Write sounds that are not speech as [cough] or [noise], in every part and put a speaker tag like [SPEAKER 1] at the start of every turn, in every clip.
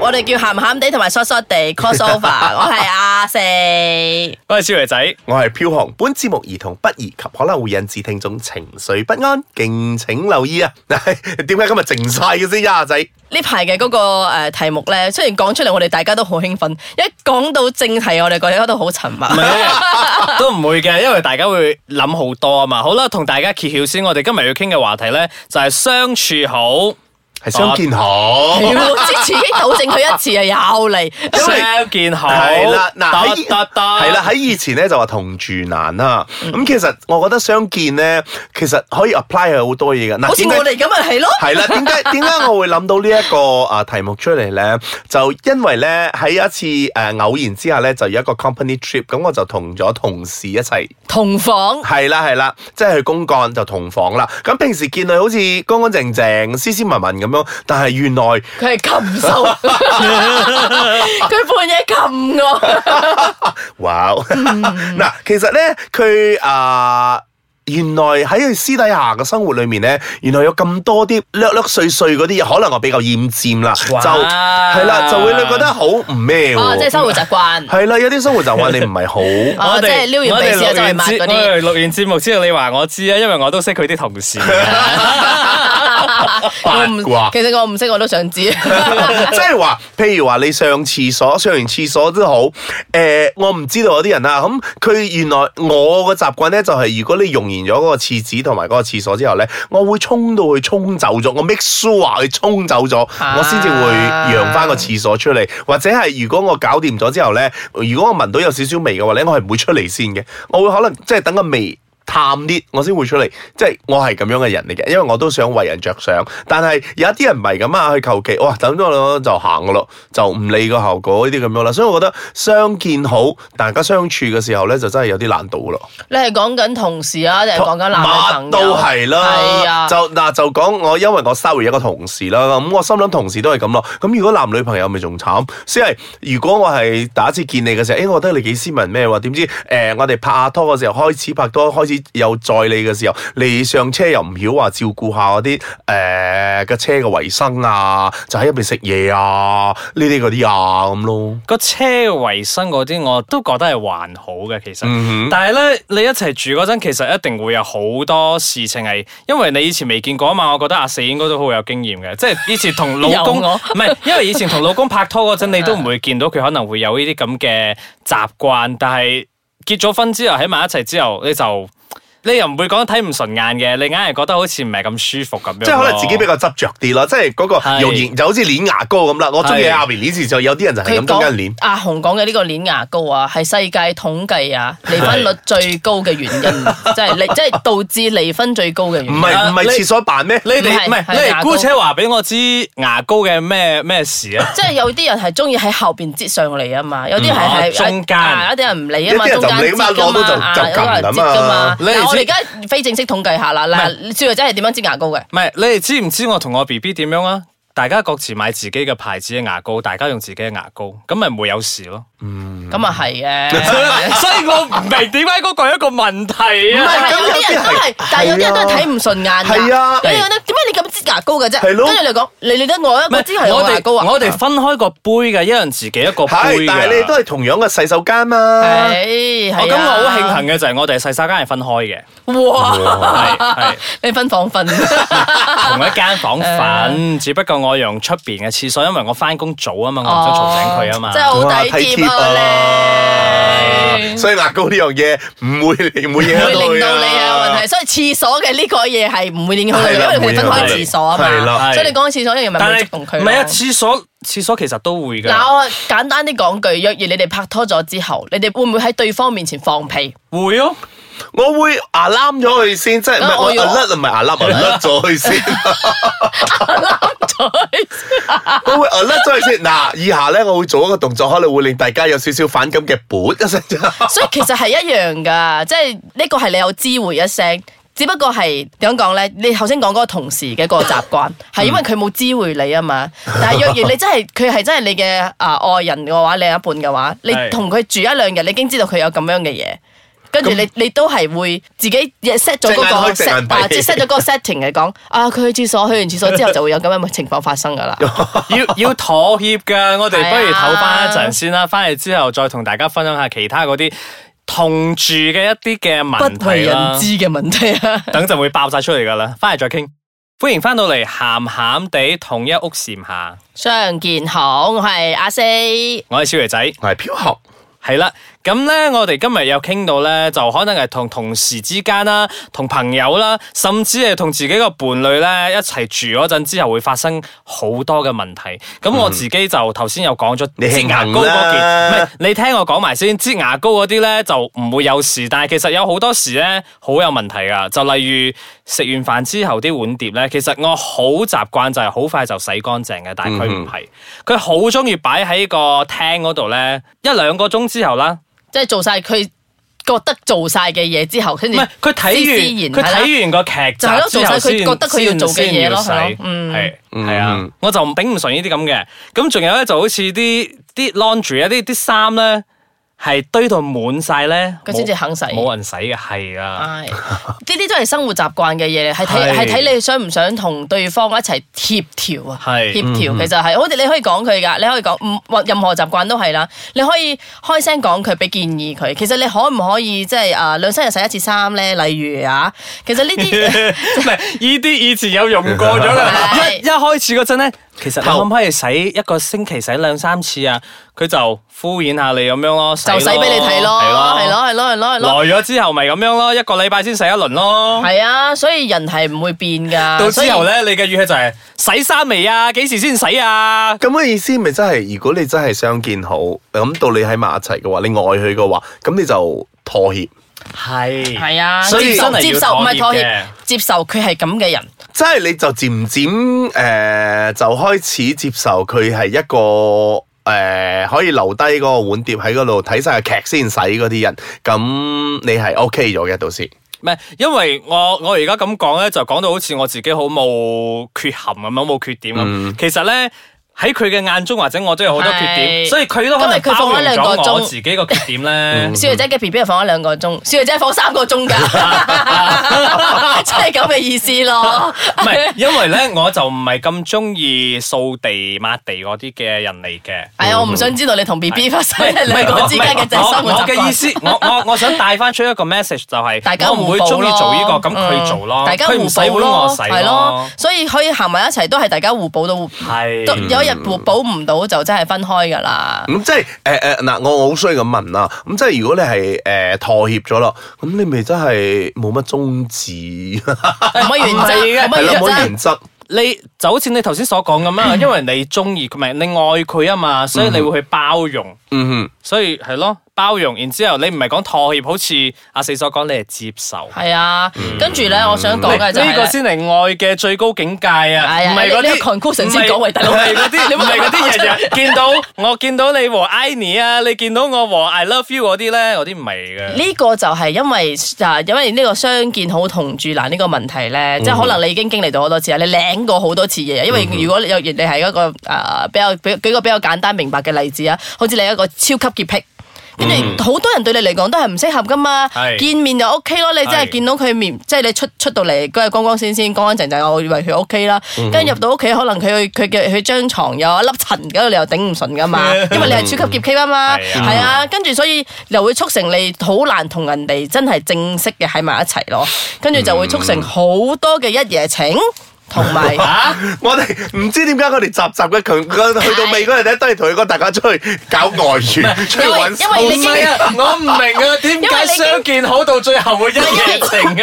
[SPEAKER 1] 我哋叫鹹鹹地同埋疏疏地 crossover，我
[SPEAKER 2] [laughs]
[SPEAKER 1] 係阿四。
[SPEAKER 3] 我係少爺仔，
[SPEAKER 2] 我係飄紅，本節目兒童不宜及可能會引致聽眾情緒不安，敬請留意啊！ [laughs] 但係點解今日靜晒嘅先，丫仔？
[SPEAKER 1] 呢排嘅嗰個誒題目咧，雖然講出嚟我哋大家都好興奮，一講到正題我哋覺得都好沉默。
[SPEAKER 3] 唔
[SPEAKER 1] [laughs]
[SPEAKER 3] 係 [laughs] 都唔會嘅，因為大家會諗好多啊嘛。好啦，同大家揭曉先，我哋今日要傾嘅話題咧就係相處好，
[SPEAKER 2] 係相見好。
[SPEAKER 1] 屌之前已經糾正佢一次啊，又嚟。
[SPEAKER 2] 為
[SPEAKER 3] 相見好，
[SPEAKER 2] 係啦，嗱
[SPEAKER 3] 得
[SPEAKER 2] 喺
[SPEAKER 3] 得得，
[SPEAKER 2] 係啦，喺以前咧就話同住難啦。咁其實我覺得相見咧，其實可以 apply 係好多嘢嘅。嗱，
[SPEAKER 1] 好似
[SPEAKER 2] 點解
[SPEAKER 1] 我哋咁咪係咯，
[SPEAKER 2] 係啦，點
[SPEAKER 1] [laughs]
[SPEAKER 2] 解點解我會諗到呢一個啊題目出嚟咧？就因為咧喺一次誒、呃偶然之下咧，就有一個 company trip，咁我就同咗同事一齊，
[SPEAKER 1] 同房
[SPEAKER 2] 係啦係啦，即係去公幹就同房啦。咁平時見佢好似乾乾淨淨、斯斯文文咁樣，但係原來
[SPEAKER 1] 佢係
[SPEAKER 2] [laughs]
[SPEAKER 1] 禽獸，佢半夜擒我。
[SPEAKER 2] 哎哇！
[SPEAKER 1] 嗯
[SPEAKER 2] [laughs] 嗱，其實咧佢啊。原來喺佢私底下嘅生活裏面咧，原來有咁多啲略略碎碎嗰啲嘢，可能我比較厭尖啦，就
[SPEAKER 3] 哇
[SPEAKER 2] 係啦，就會你覺得好唔咩喎。
[SPEAKER 1] 哦，即係生活習
[SPEAKER 2] [laughs]
[SPEAKER 1] 慣。
[SPEAKER 2] 係啦，有啲生活習慣你唔係好，
[SPEAKER 1] 哦即係撩完鼻屎啊周圍抹嗰啲
[SPEAKER 3] 我哋錄完節目之後，你話我知啊，因為我都識佢啲同
[SPEAKER 2] [laughs]
[SPEAKER 3] 事。 [laughs]
[SPEAKER 1] 我唔
[SPEAKER 2] 八卦，
[SPEAKER 1] 其實我唔識，我都想知。
[SPEAKER 2] 即係話，譬如話你上廁所，上完廁所都好，诶、我唔知道有啲人啊，咁佢原來我個習慣咧就係，如果你用完咗嗰個廁紙同埋嗰個廁所之後咧，我會衝到去沖走咗，我 make sure 話佢沖走咗，
[SPEAKER 1] 啊
[SPEAKER 2] 我先至會揚翻個廁所出嚟，或者係如果我搞掂咗之後咧，如果我聞到有少少味嘅話咧，我係唔會出嚟先嘅，我會可能即係等個味。淡啲，我先會出嚟。即係我係咁樣嘅人嚟嘅，因為我都想為人着想。但係有一啲人唔係咁啊，佢求其哇等咗我就行噶咯，就唔理個效果呢啲咁樣啦。所以我覺得相見好，大家相處嘅時候咧，就真係有啲難度咯。
[SPEAKER 1] 你係講緊同事啊，定係講緊男女朋友？
[SPEAKER 2] 啊都係
[SPEAKER 1] 係
[SPEAKER 2] 啦，
[SPEAKER 1] 啊
[SPEAKER 2] 就。嗱就講我因為我 sorry 一個同事啦，咁我心諗同事都係咁咯。咁如果男女朋友咪仲慘，即係如果我係第一次見你嘅時候，誒、我覺得你幾斯文咩喎？點知誒、我哋拍下拖嘅時候，開始拍拖，開始有載你嘅時候，你上車又唔曉話照顧下嗰啲誒嘅車嘅衞生啊，就喺入邊食嘢啊，呢啲嗰啲啊咁咯。
[SPEAKER 3] 個車嘅衞生嗰啲我都覺得係還好嘅，其實。
[SPEAKER 2] 嗯哼
[SPEAKER 3] 但係咧，你一齊住嗰陣，其實一定會有好多事情係，因為你以前未見過啊嘛。我覺得阿四應該都好有經驗嘅，即係以前同老
[SPEAKER 2] [laughs]
[SPEAKER 3] 公，
[SPEAKER 1] 有我
[SPEAKER 3] 唔係因為以前同老公拍拖嗰陣，你都唔會見到佢可能會有呢啲咁嘅習慣，但係結咗婚之後喺埋一齊之後，你就你又唔會講睇唔順眼嘅，你硬係覺得好似唔係咁舒服咁樣咯。
[SPEAKER 2] 即係可能自己比較執着啲咯，即係嗰個
[SPEAKER 3] 係
[SPEAKER 2] 用完就好似攣牙膏咁啦。我中意喺
[SPEAKER 3] 係
[SPEAKER 2] 下邊攣住，就有啲人就係咁中間攣
[SPEAKER 1] 講。阿紅講嘅呢個鏈牙膏啊，係世界統計啊離婚率最高嘅
[SPEAKER 2] [laughs]
[SPEAKER 1] 原因，即係離即係導致離婚最高嘅原
[SPEAKER 2] 唔
[SPEAKER 1] 因。
[SPEAKER 2] 係唔係
[SPEAKER 3] 你
[SPEAKER 2] 廁所辦咩？
[SPEAKER 3] 你哋
[SPEAKER 1] 唔係
[SPEAKER 3] 唔係
[SPEAKER 1] 係
[SPEAKER 3] 你
[SPEAKER 1] 牙
[SPEAKER 3] 哋
[SPEAKER 1] 膏
[SPEAKER 3] 姑且話俾我知牙膏嘅咩咩事啊？
[SPEAKER 1] 即係有啲人係中意喺後邊擠上嚟啊嘛，有啲
[SPEAKER 3] 嗯
[SPEAKER 1] 係係
[SPEAKER 3] 哦中間
[SPEAKER 1] 啊有啲人唔理啊嘛，
[SPEAKER 2] 有
[SPEAKER 1] 中
[SPEAKER 2] 啲人
[SPEAKER 1] 間
[SPEAKER 2] 就唔理
[SPEAKER 1] 擠
[SPEAKER 2] 㗎嘛
[SPEAKER 1] 㗎
[SPEAKER 2] 攞到就
[SPEAKER 1] 啊
[SPEAKER 2] 就
[SPEAKER 1] 有啲人
[SPEAKER 2] 撳
[SPEAKER 1] 擠㗎嘛。
[SPEAKER 3] 咁啊
[SPEAKER 1] 嗱，我哋
[SPEAKER 3] 你
[SPEAKER 1] 而家非正式統計下啦，嗱，少女仔係點樣擠牙膏嘅？
[SPEAKER 3] 唔係，你哋知唔知我同我 B B 點樣啊？大家各自買自己嘅牌子嘅牙膏，大家用自己嘅牙膏，咁咪唔會有事
[SPEAKER 1] [laughs]
[SPEAKER 3] 咯。
[SPEAKER 2] 嗯
[SPEAKER 1] 咁啊係嘅。
[SPEAKER 2] [laughs]
[SPEAKER 3] 所以我唔明點解嗰個係一個問題
[SPEAKER 1] 唔
[SPEAKER 3] 啊！
[SPEAKER 1] 係，有啲人都係，但係有啲人都係睇唔順眼㗎。
[SPEAKER 2] 係啊
[SPEAKER 1] 有啲人覺得點解你咁擠牙膏嘅啫？
[SPEAKER 2] 係咯
[SPEAKER 1] 跟住你講，你你得我一個支係我牙膏啊。
[SPEAKER 3] 我哋分開個杯嘅，一人自己一個杯啊
[SPEAKER 2] 係，
[SPEAKER 3] 嘅。
[SPEAKER 2] 但係你哋都係同樣嘅洗手間嘛。
[SPEAKER 1] 係係啊
[SPEAKER 3] 我咁我好慶幸嘅就係我哋洗手間係分開
[SPEAKER 1] [laughs]
[SPEAKER 3] 嘅，
[SPEAKER 1] 哇！
[SPEAKER 3] 係係
[SPEAKER 1] 你分房 [laughs] 瞓，
[SPEAKER 3] 同一間房
[SPEAKER 1] [laughs]
[SPEAKER 3] 瞓，只不過我用出邊嘅廁所，因為我翻工早啊嘛，我唔想嘈醒佢啊嘛。
[SPEAKER 1] 哦真係好
[SPEAKER 2] 哇
[SPEAKER 1] 抵貼啊你。
[SPEAKER 2] 所以牙膏呢樣嘢唔會唔會影
[SPEAKER 1] 會
[SPEAKER 2] 響到佢
[SPEAKER 1] 令到你有
[SPEAKER 2] 啊
[SPEAKER 1] 問題，所以廁所嘅呢個嘢係唔會影響到你，
[SPEAKER 2] 係啦
[SPEAKER 1] 因為佢分開廁所啊
[SPEAKER 2] 係
[SPEAKER 1] 嘛。
[SPEAKER 2] 啦
[SPEAKER 1] 所以你講緊廁所一樣咪
[SPEAKER 3] 但
[SPEAKER 1] 冇觸
[SPEAKER 3] 係
[SPEAKER 1] 動佢
[SPEAKER 3] 唔係啊？
[SPEAKER 1] 咯。
[SPEAKER 3] 廁所廁所其實都會㗎。
[SPEAKER 1] 嗱，我簡單啲講句，若然你哋拍拖咗之後，你哋會唔會喺對方面前放屁？
[SPEAKER 3] 會咯，
[SPEAKER 2] 我會牙冧咗佢先，即係唔
[SPEAKER 1] 啊
[SPEAKER 2] 係我
[SPEAKER 1] 我要
[SPEAKER 2] 牙甩唔係牙冧，牙甩咗佢先。我會牙甩咗佢先。嗱，以下咧我會做一個動作，可能會令大家有少少反感嘅，噗一聲。
[SPEAKER 1] [laughs] 所以其實係一樣㗎，即係呢個係你有知會一聲，只不過係點講咧？你頭先講嗰個同事嘅嗰個習
[SPEAKER 2] 嗯
[SPEAKER 1] 慣，係因為佢冇知會你
[SPEAKER 2] [laughs]
[SPEAKER 1] 啊嘛。但係若然你真係佢係真係你嘅啊愛人嘅話，另一半嘅話，你
[SPEAKER 3] 係
[SPEAKER 1] 同佢住一兩日，你已經知道佢有咁樣嘅嘢。跟住
[SPEAKER 2] 咁
[SPEAKER 1] 你你都係會自己 set 咗
[SPEAKER 2] 隻眼
[SPEAKER 1] 嗰個
[SPEAKER 2] 開隻
[SPEAKER 1] set
[SPEAKER 2] 眼閉
[SPEAKER 1] 啊，即係 set 咗嗰
[SPEAKER 2] [laughs]
[SPEAKER 1] 個 setting 嚟講啊，佢去廁所，去完廁所之後就會有咁樣嘅 [laughs] 情況發生㗎啦。
[SPEAKER 3] [laughs] 要要妥協噶，我哋不如
[SPEAKER 1] 係啊
[SPEAKER 3] 唞翻一陣先啦，翻嚟之後再同大家分享下其他嗰啲同住嘅一啲嘅
[SPEAKER 1] 不
[SPEAKER 3] 問
[SPEAKER 1] 為
[SPEAKER 3] 題啦
[SPEAKER 1] 人知。嘅問題 [laughs] 啊！
[SPEAKER 3] 等陣會爆晒出嚟噶啦，翻嚟再傾。歡迎翻到嚟，鹹鹹地同一屋檐下，
[SPEAKER 1] 相健好，我係阿四，
[SPEAKER 3] 我係小爺仔。
[SPEAKER 2] [laughs] 係飄學，
[SPEAKER 3] 系啦，咁咧，我哋今日有傾到咧，就可能係同同事之間啦，同朋友啦，甚至係同自己個伴侶咧一齊住嗰陣之後，會發生好多嘅問題。咁我自己就頭先有講咗，
[SPEAKER 2] 你
[SPEAKER 3] 擠
[SPEAKER 2] 慶
[SPEAKER 3] 牙
[SPEAKER 2] 幸
[SPEAKER 3] 膏嗰件，
[SPEAKER 2] 啦
[SPEAKER 3] 唔係你聽我講埋先，擠牙膏嗰啲咧就唔會有事，但係其實有好多時咧好有問題噶，就例如食完飯之後啲碗碟咧，其實我好習慣就係好快就洗乾淨嘅，但係佢唔係，佢好中意擺喺個廳嗰度咧，一兩個鐘之後啦。
[SPEAKER 1] 即係做晒佢覺得做晒嘅嘢之後，跟
[SPEAKER 3] 唔
[SPEAKER 1] 住
[SPEAKER 3] 係佢睇
[SPEAKER 1] 自然
[SPEAKER 3] 完佢
[SPEAKER 1] 係啦
[SPEAKER 3] 睇完個劇集
[SPEAKER 1] 就係咯做
[SPEAKER 3] 之
[SPEAKER 1] 晒
[SPEAKER 3] 後
[SPEAKER 1] 佢
[SPEAKER 3] 先
[SPEAKER 1] 覺得佢要做嘅嘢咯
[SPEAKER 3] 先要洗
[SPEAKER 1] 係咯嗯
[SPEAKER 3] 係
[SPEAKER 2] 嗯
[SPEAKER 3] 係啊
[SPEAKER 2] 嗯，
[SPEAKER 3] 我就頂唔順呢啲咁嘅。咁仲有咧就好似啲啲 laundry 啊，啲啲衫咧係堆到滿晒咧，
[SPEAKER 1] 佢先至肯洗
[SPEAKER 3] 冇冇人洗嘅係啊。
[SPEAKER 1] 唉，呢啲都係生活習慣嘅嘢，係睇
[SPEAKER 3] 係
[SPEAKER 1] 係睇你想唔想同對方一齊協調啊。
[SPEAKER 3] 係嗯
[SPEAKER 1] 協調其實係，好似你可以講佢㗎，你可以講唔或任何習慣都係啦。你可以開聲講佢，俾建議佢。其實你可唔可以即係啊兩三日洗一次衫咧？例如啊，其實呢啲
[SPEAKER 3] [laughs] 唔係呢啲以前有用過咗啦。
[SPEAKER 1] 係
[SPEAKER 3] 一一開始嗰陣咧，其實你
[SPEAKER 2] 頭
[SPEAKER 3] 可唔可以洗一個星期洗兩三次啊？佢就敷衍下你咁樣咯，
[SPEAKER 1] 就洗俾你睇咯，
[SPEAKER 3] 係
[SPEAKER 1] 係咯係咯係咯係
[SPEAKER 3] 來
[SPEAKER 1] 咯。
[SPEAKER 3] 咗之後咪咁樣咯，一個禮拜先洗一輪咯。
[SPEAKER 1] 系啊，所以人係唔會變噶。
[SPEAKER 3] 到之後咧，你嘅語氣就係、洗衫未啊？幾時先洗啊？
[SPEAKER 2] 咁嘅意思咪真係，如果你真係相見好，咁到你喺埋一齊嘅話，你愛佢嘅話，咁你就妥協。
[SPEAKER 3] 係
[SPEAKER 1] 系啊，
[SPEAKER 3] 所以
[SPEAKER 1] 接受
[SPEAKER 3] 真係要
[SPEAKER 1] 接受唔係妥
[SPEAKER 3] 妥協
[SPEAKER 1] 協
[SPEAKER 3] 嘅，
[SPEAKER 1] 接受佢係咁嘅人，
[SPEAKER 2] 即係你就漸漸诶、呃就開始接受佢係一個诶、呃可以留低嗰個碗碟喺嗰度睇晒劇先洗嗰啲人，咁你係 OK 咗嘅到時。
[SPEAKER 3] 唔係，因為我我而家咁講咧，就講到好似我自己好冇缺陷咁樣，冇缺點咁。
[SPEAKER 1] 嗯
[SPEAKER 3] 其實咧。喺佢嘅眼中，或者我都有好多缺點，
[SPEAKER 1] 係
[SPEAKER 3] 所以佢都可能
[SPEAKER 1] 因為佢放
[SPEAKER 3] 包
[SPEAKER 1] 咗
[SPEAKER 3] 容
[SPEAKER 1] 兩個鐘
[SPEAKER 3] 咗我自己個缺
[SPEAKER 1] [laughs]
[SPEAKER 3] 點咧。
[SPEAKER 1] 小姐仔嘅 B B 放咗兩個鐘，小姐仔放三個鐘
[SPEAKER 3] [laughs]
[SPEAKER 1] 㗎，真係咁嘅意思咯。
[SPEAKER 3] 唔係，因為咧我就唔係咁中意掃地抹地嗰啲嘅人嚟嘅。
[SPEAKER 1] 係啊，我唔想知道你同 B B 發生兩個之間嘅仔
[SPEAKER 3] 哎我
[SPEAKER 1] 生活
[SPEAKER 3] 我
[SPEAKER 1] 習
[SPEAKER 3] 嘅意
[SPEAKER 1] 慣。
[SPEAKER 3] 思，我我我想帶翻出一個 message 就係，
[SPEAKER 1] 大家
[SPEAKER 3] 我唔
[SPEAKER 1] 互
[SPEAKER 3] 會
[SPEAKER 1] 補
[SPEAKER 3] 中意
[SPEAKER 1] 咯，
[SPEAKER 3] 做呢個，咁佢做
[SPEAKER 1] 嗯
[SPEAKER 3] 咯，
[SPEAKER 1] 大家
[SPEAKER 3] 佢
[SPEAKER 1] 互
[SPEAKER 3] 唔洗碗
[SPEAKER 1] 補
[SPEAKER 3] 我洗
[SPEAKER 1] 係
[SPEAKER 3] 咯嗯
[SPEAKER 1] 咯，，所以可以行埋一齊都係大家互補到，都
[SPEAKER 3] 係。
[SPEAKER 1] 有一日互補唔到就真係分開㗎啦。
[SPEAKER 2] 咁即係誒誒嗱，我我好衰咁問啦。咁即係如果你係誒、呃妥協咗咯，咁你咪真係冇乜宗旨，係啦，
[SPEAKER 1] 冇乜原則，冇乜
[SPEAKER 3] 係嘅
[SPEAKER 2] 冇乜
[SPEAKER 1] 原
[SPEAKER 2] 原則。
[SPEAKER 3] 你就好似你頭先所
[SPEAKER 1] [coughs]
[SPEAKER 3] 講咁啊，因為你中意佢，唔係你愛佢啊嘛，所以你會去包容，
[SPEAKER 2] 嗯
[SPEAKER 3] 所以係咯，包容。然之後你唔係講妥協，好似阿四所講，你係接受。
[SPEAKER 1] 則。係啊，跟住咧，我想講嘅就係
[SPEAKER 3] 呢個先係愛嘅最高境界啊！
[SPEAKER 1] 係啊
[SPEAKER 3] 唔係嗰
[SPEAKER 1] 你你
[SPEAKER 3] 啲
[SPEAKER 1] 個 conclusion 先講喂大佬
[SPEAKER 3] 唔係嗰
[SPEAKER 1] [laughs]
[SPEAKER 3] 啲，
[SPEAKER 1] 你
[SPEAKER 3] 唔
[SPEAKER 1] 冇
[SPEAKER 3] 係嗰啲日日見到我見到你和 I n y 啊，你見到我和 I love you 嗰啲咧，嗰啲唔係嘅。
[SPEAKER 1] 呢個就係因為啊，因為呢個相見好同住難呢個問題
[SPEAKER 3] 嗯
[SPEAKER 1] 咧，即係可能你已經經歷到好多次啊，你領過好多次嘢。因為如果你有你係一個啊比較比舉個比較簡單明白嘅例子啊，好似你一個超級潔癖。跟住好多人對你嚟講都係唔適合噶嘛，
[SPEAKER 3] 嗯係
[SPEAKER 1] 見面就 O K 咯。你真係
[SPEAKER 3] 係
[SPEAKER 1] 見到佢面，即係你出出到嚟嗰日光光鮮鮮、乾乾淨哎淨，我以為佢 O K 啦。
[SPEAKER 3] 嗯
[SPEAKER 1] 跟住入到屋企，可能佢佢嘅佢張床有一粒塵嗰度，你又頂唔順噶
[SPEAKER 3] [laughs]
[SPEAKER 1] 嘛，因為你係超級潔癖啊嘛，
[SPEAKER 3] 係啊
[SPEAKER 1] 係啊。跟住所以又會促成你好難同人哋真係正式嘅喺埋一齊咯，跟住就會促
[SPEAKER 2] 嗯
[SPEAKER 1] 成好多嘅一夜情，同
[SPEAKER 2] [laughs]
[SPEAKER 1] 埋
[SPEAKER 2] 哼，我哋唔知點解我哋集集嘅強去到尾嗰日咧，都係同佢講大家出去搞外遇，出去
[SPEAKER 1] 因為
[SPEAKER 2] 揾
[SPEAKER 1] 因為你經歷。
[SPEAKER 3] 啊，我唔明啊，點
[SPEAKER 1] 因為你
[SPEAKER 3] 見好到最後會一
[SPEAKER 1] 因為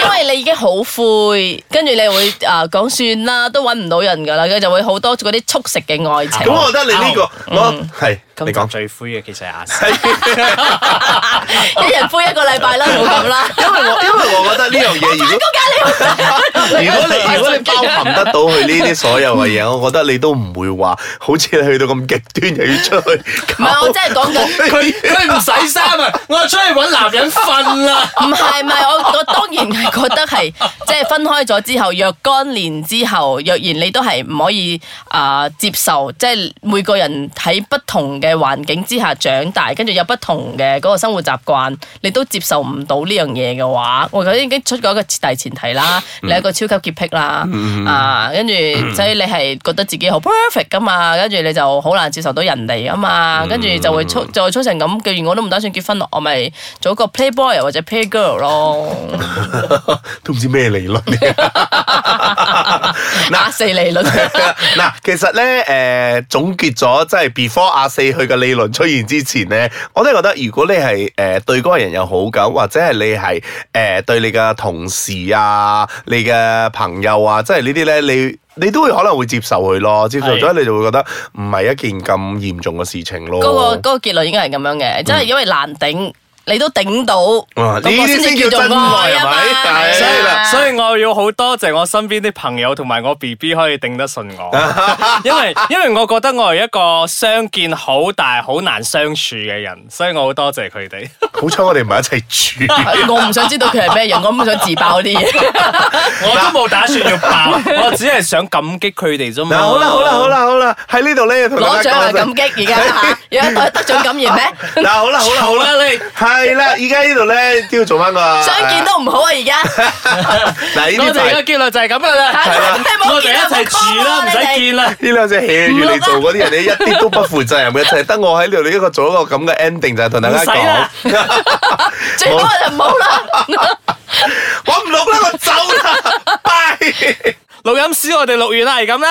[SPEAKER 2] 啊
[SPEAKER 1] 因？為你已經好灰，跟住你會啊講算啦，都揾唔到人㗎啦，佢就會好多嗰啲速食嘅愛情
[SPEAKER 2] 咁。我覺得你呢個我係你
[SPEAKER 3] 今集
[SPEAKER 2] 講
[SPEAKER 3] 最灰嘅其實係阿 Sir
[SPEAKER 1] [laughs] 一人灰一個禮拜啦，冇咁啦。
[SPEAKER 2] 因為 [laughs] 我因為我覺得呢樣嘢，如果如果
[SPEAKER 1] [laughs]
[SPEAKER 2] 你如果你包含得到佢呢啲所有嘅嘢，我覺得你都唔會話好似你去到咁極端又要出去
[SPEAKER 1] 唔係，我真係講緊。
[SPEAKER 3] 佢佢唔洗衫啊！我出去揾男人瞓啦。
[SPEAKER 1] 唔係唔係，我我當然係覺得係即係分開咗之後，若干年之後，若然你都係唔可以啊、接受，即係每個人喺不同嘅環境之下長大，跟住有不同嘅嗰個生活習慣，你都接受唔到呢樣嘢嘅話，我覺得已經出咗一個大前提啦，你係一個超級潔癖啦，啊，
[SPEAKER 2] [clears throat]
[SPEAKER 1] 跟住所以你係覺得自己好 perfect 噶嘛，跟住你就好難接受到人哋噶嘛，跟住就會促就會促成咁，既然我都唔打算結婚咯，我咪做一個 playboy 或者 playgirl
[SPEAKER 2] [laughs]
[SPEAKER 1] 咯，
[SPEAKER 2] 都唔知咩理論嚟。
[SPEAKER 1] 打死你
[SPEAKER 2] [laughs]
[SPEAKER 1] 啦！
[SPEAKER 2] 嗱，其實咧，诶、總結咗即係 before 阿四佢嘅理論出現之前咧，我都係覺得，如果你係诶、誒對嗰個人有好感，或者係你係诶、誒對你嘅同事啊、你嘅朋友啊，即係呢啲咧，你你都會可能會接受佢咯，接受咗
[SPEAKER 3] 係
[SPEAKER 2] 你就會覺得唔係一件咁嚴重嘅事情咯。
[SPEAKER 1] 嗰個嗰個結論應該係咁樣嘅，即係因為難頂，你都頂到，
[SPEAKER 2] 哇
[SPEAKER 1] 嗰個
[SPEAKER 2] 呢啲先叫
[SPEAKER 1] 做
[SPEAKER 2] 真愛
[SPEAKER 1] 啊嘛
[SPEAKER 2] 係咪係
[SPEAKER 3] [laughs] 所以
[SPEAKER 2] 啦
[SPEAKER 3] 所以我要好多謝我身邊啲朋友同埋我 B B 可以頂得順我， [laughs] 因為因為我覺得我係一個相見好但係好難相處嘅人，所以我好多謝佢哋。
[SPEAKER 2] 好彩我哋唔係一齊
[SPEAKER 1] [laughs]
[SPEAKER 2] 住。
[SPEAKER 1] 我唔想知道佢係咩人，我唔想自爆啲嘢。
[SPEAKER 3] [laughs] 我都冇打算要爆， [laughs] 我只係想感激佢哋啫嘛。
[SPEAKER 2] 嗱，好啦，好啦，好啦，好啦，喺呢度咧，同大
[SPEAKER 1] 攞
[SPEAKER 2] 家
[SPEAKER 1] 獎
[SPEAKER 2] 講
[SPEAKER 1] 啊
[SPEAKER 2] 一聲
[SPEAKER 1] 感激而家
[SPEAKER 2] [laughs]
[SPEAKER 1] 嚇，有一代得獎感言咩？
[SPEAKER 2] 嗱，好啦，好
[SPEAKER 3] [laughs]
[SPEAKER 2] 啦，好
[SPEAKER 3] 好
[SPEAKER 2] 啦，
[SPEAKER 3] 啦，你
[SPEAKER 2] 係啦，而家呢度咧都要做翻個
[SPEAKER 1] 相見都唔好啊！
[SPEAKER 2] [laughs]
[SPEAKER 1] 而家
[SPEAKER 2] 嗱呢啲就係
[SPEAKER 3] 我哋嘅結論就係咁噶啦。
[SPEAKER 1] 係啦
[SPEAKER 3] 我哋一齊住啦，唔使見啦。
[SPEAKER 2] 呢兩隻 hea 住你做嗰啲人咧，一啲都不負責任嘅，就係得我喺呢度，你一個做一個咁嘅 ending 就係同大家
[SPEAKER 3] 唔使啦
[SPEAKER 2] 講， [laughs]
[SPEAKER 1] 最好就唔好啦。
[SPEAKER 2] 我唔錄啦，我走啦，拜。
[SPEAKER 3] 錄音師，我哋錄完啦，係咁啦。